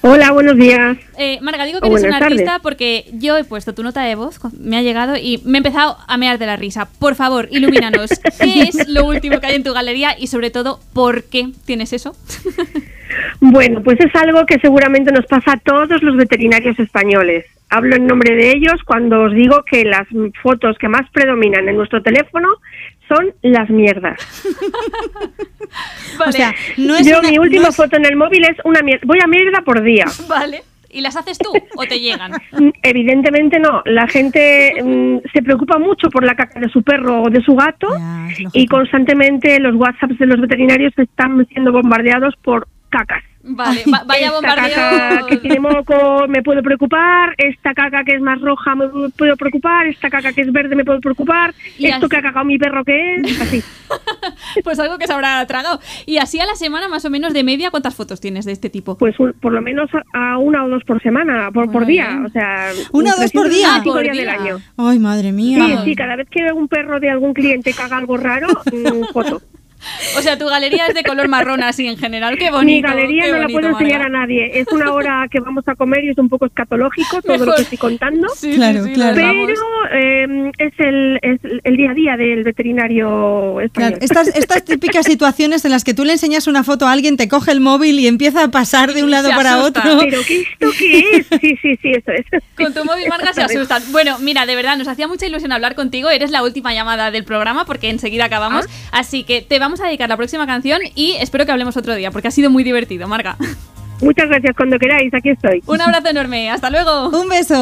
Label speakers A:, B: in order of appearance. A: Hola, buenos días.
B: Eh, Marga, digo que
A: O
B: eres una
A: Oh, buenas tardes.
B: artista porque yo he puesto tu nota de voz, cu- me ha llegado y me he empezado a mear de la risa. Por favor, ilumínanos. ¿Qué es lo último que hay en tu galería y sobre todo, por qué tienes eso?
A: Bueno, pues es algo que seguramente nos pasa a todos los veterinarios españoles. Hablo en nombre de ellos cuando os digo que las fotos que más predominan en nuestro teléfono son las mierdas.
B: Vale.
C: O sea, no es
A: Yo
C: una-
A: mi
C: no
A: última
C: es-
A: foto en el móvil es una mierda. Voy a mierda por día.
B: vale. ¿Y las haces tú o te llegan?
A: Mm, Evidentemente no. La gente mm, se preocupa mucho por la caca de su perro o de su gato
C: Ya, es lógico.
A: y constantemente los WhatsApps de los veterinarios están siendo bombardeados por cacas.
B: Vale, va- vaya
A: esta
B: bombardeo.
A: caca que tiene moco me puedo preocupar, esta caca que es más roja me pu- puedo preocupar, esta caca que es verde me puedo preocupar,
B: Y
A: esto
B: así.
A: que ha cagado mi perro que es, así.
B: Pues algo que se habrá tragado. Y así a la semana, más o menos, de media, ¿cuántas fotos tienes de este tipo?
A: Pues un- por lo menos a, a una o dos por semana, por, por
B: Bueno,
A: día,
B: bien. Ah,
A: o sea...
C: Una o dos por día.
A: 365
B: Por
A: días del
B: día.
A: año.
C: Ay, madre
A: Sí,
C: mía.
A: sí, cada vez que un perro de algún cliente caga algo raro, mm, foto.
B: O sea, tu galería es de color marrón así en general. Qué bonito.
A: Mi galería
B: qué
A: no la
B: bonito,
A: puedo enseñar
B: Marga.
A: a nadie. Es una hora que vamos a comer y es un poco escatológico todo lo
B: Mejor.
A: que estoy contando.
B: Sí,
C: Claro,
B: sí, sí,
C: claro.
B: nos vamos.
A: Pero eh, es, el, es el día a día del veterinario español.
C: Claro, estas, estas típicas situaciones en las que tú le enseñas una foto a alguien, te coge el móvil y empieza a pasar de un
B: Y
C: lado
B: se
C: para
B: asusta.
C: otro.
A: ¿Pero qué esto qué es? Sí, sí, sí, eso es.
B: Con tu móvil marca se asustan. Bueno, mira, de verdad, nos hacía mucha ilusión hablar contigo. Eres la última llamada del programa porque enseguida acabamos. Así que te vamos a dedicar la próxima canción y espero que hablemos otro día porque ha sido muy divertido, Marga.
A: Muchas gracias cuando queráis, aquí estoy.
B: Un abrazo enorme. Hasta luego.
C: Un beso.